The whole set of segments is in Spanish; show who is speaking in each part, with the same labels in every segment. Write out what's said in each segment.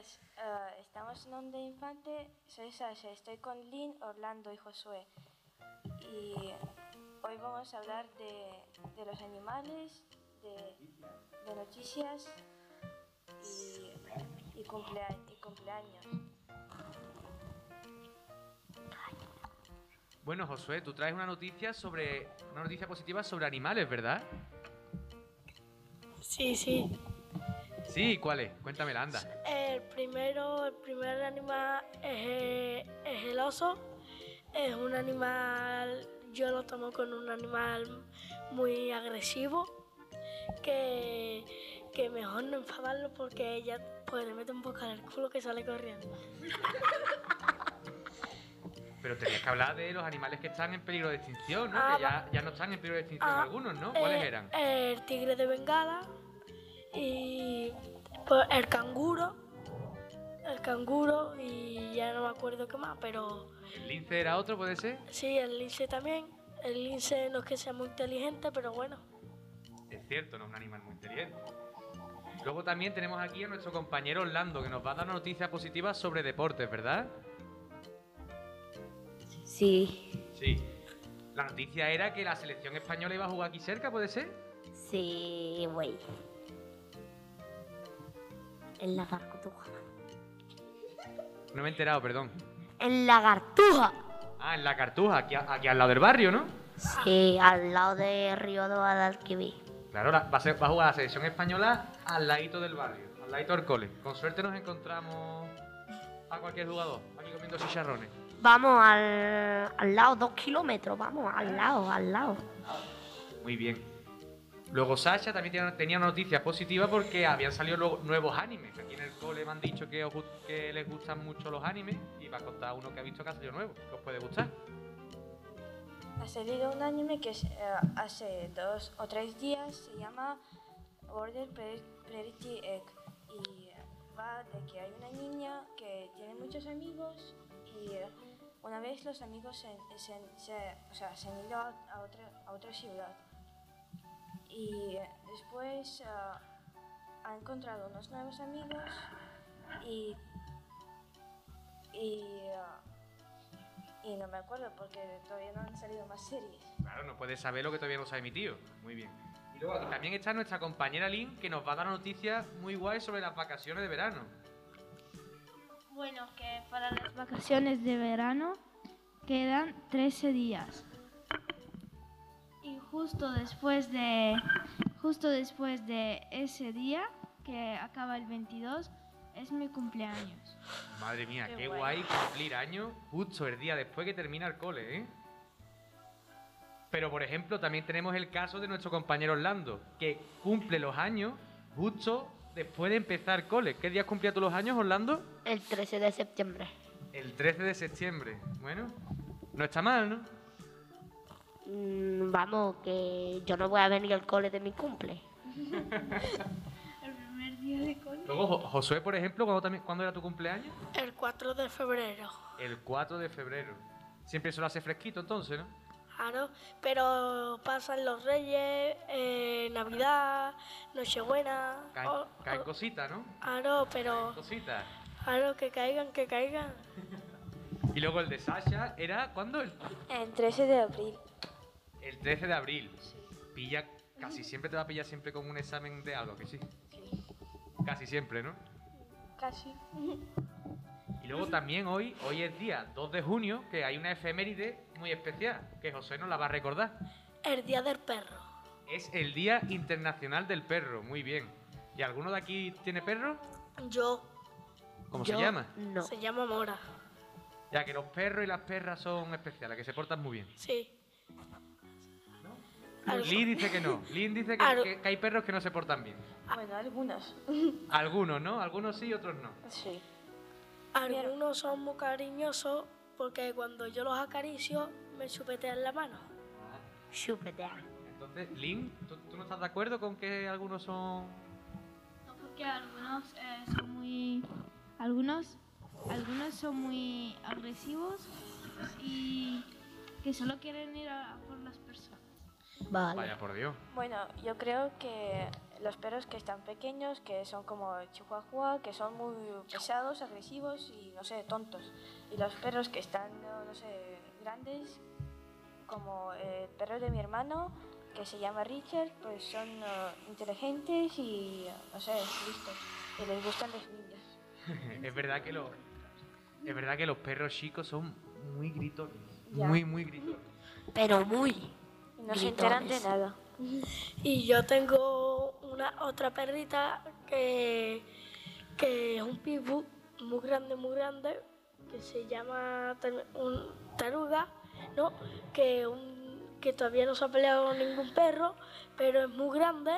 Speaker 1: eh, estamos en Onda Infante. Soy Sasha, estoy con Lynn, Orlando y Josué. Y hoy vamos a hablar de, de los animales, de, de noticias y, y, cumplea- y cumpleaños.
Speaker 2: Bueno, Josué, tú traes una noticia sobre una noticia positiva sobre animales, ¿verdad?
Speaker 3: Sí, sí.
Speaker 2: Sí, ¿cuál es? Cuéntamela, anda.
Speaker 3: El primero, el primer animal es, eh, es el oso. Es un animal, yo lo tomo con un animal muy agresivo, que, que mejor no enfadarlo porque ella pues, le mete un poco en el culo que sale corriendo.
Speaker 2: Pero tenías que hablar de los animales que están en peligro de extinción, ¿no?
Speaker 3: Ah,
Speaker 2: que ya, ya no están en peligro de extinción
Speaker 3: Ah,
Speaker 2: algunos, ¿no? ¿Cuáles
Speaker 3: Eh,
Speaker 2: eran?
Speaker 3: El tigre de Bengala y pues, el canguro. El canguro y ya no me acuerdo qué más, pero...
Speaker 2: ¿El lince era otro, puede ser?
Speaker 3: Sí, el lince también. El lince no es que sea muy inteligente, pero bueno.
Speaker 2: Es cierto, no es un animal muy inteligente. Luego también tenemos aquí a nuestro compañero Orlando, que nos va a dar una noticia positiva sobre deportes, ¿verdad?
Speaker 4: Sí,
Speaker 2: Sí. La noticia era que la selección española iba a jugar aquí cerca, ¿puede ser?
Speaker 4: sí, güey. El lagartuja.
Speaker 2: No me he enterado, perdón.
Speaker 4: El lagartuja.
Speaker 2: Ah, en la Cartuja, aquí, a- aquí al lado del barrio, ¿no?
Speaker 4: Sí, al lado de Río de Guadalquivir.
Speaker 2: Claro, la- va a, ser- va a jugar la selección española al ladito del barrio, al ladito del cole. Con suerte nos encontramos a cualquier jugador, aquí comiendo chicharrones.
Speaker 4: Vamos al, al lado, dos kilómetros, vamos, al lado, al lado.
Speaker 2: Muy bien. Luego Sasha también tenía- tenía una noticia positiva porque habían salido lo- nuevos animes. Aquí en el cole me han dicho que, os gust- que les gustan mucho los animes y va a contar uno que ha visto que ha salido nuevo. que ¿Os puede gustar?
Speaker 1: Ha salido un anime que es, eh, hace dos o tres días se llama Border Pre- Pretty Egg y eh, va de que hay una niña que tiene muchos amigos y eh, una vez los amigos se, se- se- o sea, se han ido a, a otra, a otra ciudad y eh, después eh, ha encontrado unos nuevos amigos y, y eh, y no me acuerdo porque todavía no han salido más series.
Speaker 2: Claro, no puede saber lo que todavía no sabe mi tío. Muy bien. Y luego aquí también está nuestra compañera Lynn que nos va a dar noticias muy guay sobre las vacaciones de verano.
Speaker 5: Bueno, que para las vacaciones de verano quedan 13 días. Y justo después de justo después de ese día que acaba el 22 es mi cumpleaños.
Speaker 2: Madre mía, qué,
Speaker 1: Qué
Speaker 2: guay
Speaker 1: guay.
Speaker 2: cumplir años justo el día después que termina el cole, ¿eh? Pero, por ejemplo, también tenemos el caso de nuestro compañero Orlando, que cumple los años justo después de empezar cole. ¿Qué día cumplía tú los años, Orlando?
Speaker 4: El 13 de septiembre.
Speaker 2: El 13 de septiembre. Bueno, no está mal, ¿no?
Speaker 4: Mm, vamos, que yo no voy a venir al cole de mi cumple.
Speaker 5: El primer día de cole.
Speaker 2: Luego, Jo- Josué, por ejemplo, ¿cuándo, también, ¿cuándo era tu cumpleaños?
Speaker 3: El 4 de febrero.
Speaker 2: El 4 de febrero. Siempre eso lo hace fresquito, entonces, ¿no?
Speaker 3: Claro, Ah, pero pasan los Reyes, eh, Navidad, Nochebuena.
Speaker 2: Caen,
Speaker 3: o-
Speaker 2: caen
Speaker 3: o-
Speaker 2: cositas, ¿no?
Speaker 3: Claro, pero
Speaker 2: Cositas.
Speaker 3: claro, que caigan, que caigan.
Speaker 2: Y luego el de Sasha era, ¿cuándo? El
Speaker 1: El 13 de abril.
Speaker 2: El 13 de abril. Pilla, casi siempre te va a pillar siempre con un examen de algo, que sí. Casi siempre, ¿no?
Speaker 1: Casi.
Speaker 2: Y luego también hoy, hoy es día 2 de junio, que hay una efeméride muy especial, que José nos la va a recordar.
Speaker 3: El día del perro.
Speaker 2: Es el Día Internacional del Perro, muy bien. ¿Y alguno de aquí tiene perro?
Speaker 3: Yo,
Speaker 2: ¿Cómo
Speaker 4: Yo
Speaker 2: se llama?
Speaker 4: No.
Speaker 3: se llama Mora.
Speaker 2: Ya que los perros y las perras son especiales, que se portan muy bien.
Speaker 3: Sí. Algo-
Speaker 2: Lynn dice que no. Lynn dice que-
Speaker 3: Algo-
Speaker 2: que- que hay perros que no se portan bien.
Speaker 1: Bueno, algunos.
Speaker 2: Algunos, ¿no? Algunos sí, otros no.
Speaker 1: Sí.
Speaker 3: Algunos son muy cariñosos porque cuando yo los acaricio me chupetean la mano.
Speaker 4: Chúpete.
Speaker 2: Entonces, Lin, ¿tú, tú no estás de acuerdo con que algunos son...?
Speaker 5: No, porque algunos eh, son muy algunos algunos son muy agresivos y que solo quieren ir a, a por las personas.
Speaker 4: Vale.
Speaker 2: Vaya, por Dios.
Speaker 1: Bueno, yo creo que los perros que están pequeños, que son como Chihuahua, que son muy pesados, agresivos y no sé, tontos. Y los perros que están, no, no sé, grandes, como el perro de mi hermano, que se llama Richard, pues son eh, inteligentes y uh, no sé, listos. Y les gustan los niños.
Speaker 2: es verdad que los es verdad que los perros chicos son muy gritones,
Speaker 1: Ya.
Speaker 2: muy muy gritones.
Speaker 4: Pero muy.
Speaker 1: Y no se enteran de
Speaker 4: Gritones.
Speaker 1: nada.
Speaker 3: Y yo tengo una otra perrita que, que es un pitbull muy grande, muy grande, que se llama tam- un taruga, ¿no? Que, un- que todavía no se ha peleado con ningún perro, pero es muy grande.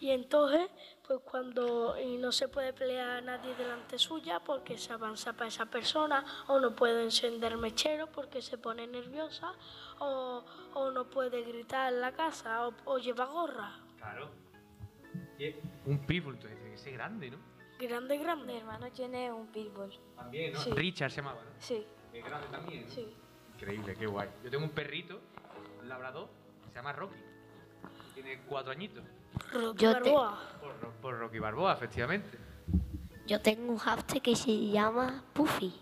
Speaker 3: Y entonces, pues cuando y no se puede pelear nadie delante suya porque se avanza para esa persona, o no puede encender mechero porque se pone nerviosa, o, o no puede gritar en la casa, o, o lleva gorra.
Speaker 2: Claro. Un pitbull, entonces tiene que ser grande, ¿no?
Speaker 3: Grande,
Speaker 1: Mi
Speaker 3: grande.
Speaker 1: hermano tiene un pitbull.
Speaker 2: También, ¿no?
Speaker 1: Sí.
Speaker 2: Richard se llamaba, ¿no?
Speaker 1: Sí,
Speaker 2: Es grande también. ¿no?
Speaker 1: sí.
Speaker 2: Increíble, qué guay. Yo tengo un perrito, un labrador, se llama Rocky. y Tiene cuatro añitos.
Speaker 3: Rocky
Speaker 4: Yo te-
Speaker 3: Balboa.
Speaker 2: Por, Ro- por Rocky Balboa, efectivamente.
Speaker 4: Yo tengo un hamster que se llama Puffy.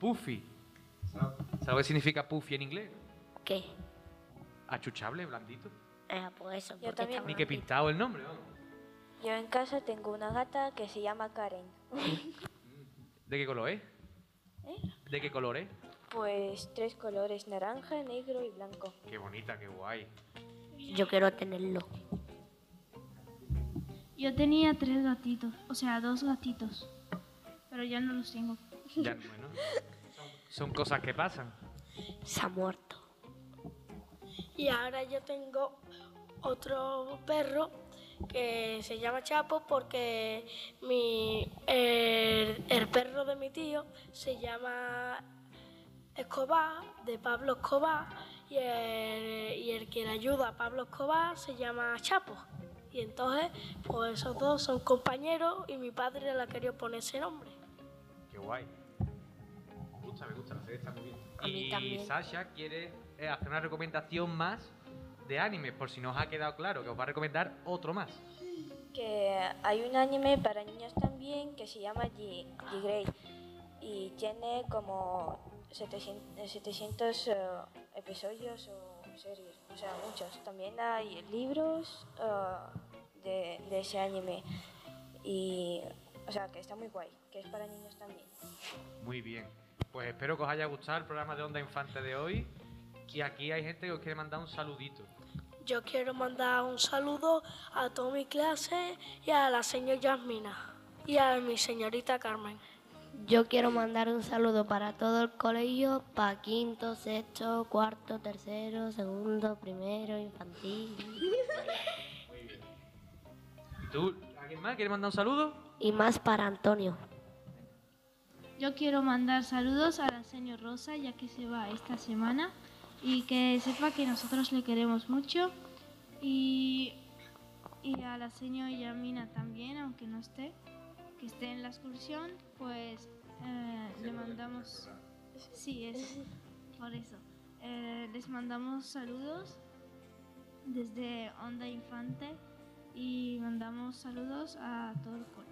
Speaker 2: Puffy. ¿Sabes qué significa puffy en inglés?
Speaker 4: ¿Qué?
Speaker 2: Achuchable, blandito.
Speaker 4: Ah, por eso.
Speaker 1: Yo
Speaker 4: porque
Speaker 1: también.
Speaker 4: está
Speaker 2: Ni que
Speaker 4: blandito.
Speaker 2: pintado el nombre, vamos.
Speaker 1: Yo en casa tengo una gata que se llama Karen.
Speaker 2: ¿De qué color es?
Speaker 1: ¿Eh?
Speaker 2: ¿De qué color es?
Speaker 1: Pues tres colores, naranja, negro y blanco.
Speaker 2: Qué bonita, qué guay.
Speaker 4: Yo quiero tenerlo.
Speaker 5: Yo tenía tres gatitos, o sea, dos gatitos, pero ya no los tengo.
Speaker 2: Ya, bueno, son- son cosas que pasan.
Speaker 4: Se ha muerto.
Speaker 3: Y ahora yo tengo otro perro que se llama Chapo porque mi, el, el perro de mi tío se llama Escobar, de Pablo Escobar, y el, y el que le ayuda a Pablo Escobar se llama Chapo. Y entonces, pues esos dos son compañeros y mi padre le ha querido poner ese nombre.
Speaker 2: Qué guay. Me gusta, me gusta, la serie está muy bien.
Speaker 4: A mí
Speaker 2: y
Speaker 4: también.
Speaker 2: Sasha quiere eh, hacer una recomendación más de animes, por si no os ha quedado claro, que os va a recomendar otro más.
Speaker 1: Que hay un anime para niños también que se llama G- G-Grey y tiene como 700, 700, eh, episodios o series, o sea, muchos. También hay libros eh, de, de ese anime y, o sea, que está muy guay, que es para niños también.
Speaker 2: Muy bien. Pues espero que os haya gustado el programa de Onda Infante de hoy. Y aquí hay gente que os quiere mandar un saludito.
Speaker 3: Yo quiero mandar un saludo a toda mi clase y a la señora Yasmina y a mi señorita Carmen.
Speaker 4: Yo quiero mandar un saludo para todo el colegio, para quinto, sexto, cuarto, tercero, segundo, primero, infantil
Speaker 2: ¿Y tú? ¿Alguien más quiere mandar un saludo?
Speaker 4: y más para Antonio.
Speaker 5: Yo quiero mandar saludos a la señora Rosa, ya que se va esta semana, y que sepa que nosotros le queremos mucho, y, y a la señora Yamina también, aunque no esté, que esté en la excursión, pues eh, le mandamos... Sí, es por eso. Eh, les mandamos saludos desde Onda Infante y mandamos saludos a todo el cole.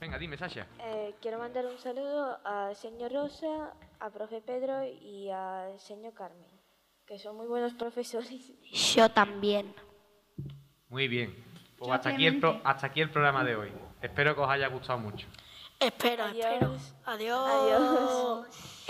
Speaker 2: Venga, dime, Sasha.
Speaker 1: Eh, quiero mandar un saludo al señor Rosa, a profe Pedro y al señor Carmen, que son muy buenos profesores.
Speaker 4: Yo también.
Speaker 2: Muy bien. Pues
Speaker 5: Yo,
Speaker 2: hasta aquí, el pro-
Speaker 5: Clemente.
Speaker 2: hasta aquí el programa de hoy. Espero que os haya gustado mucho.
Speaker 3: Espero,
Speaker 1: Adiós.
Speaker 3: espero. Adiós.
Speaker 1: Adiós.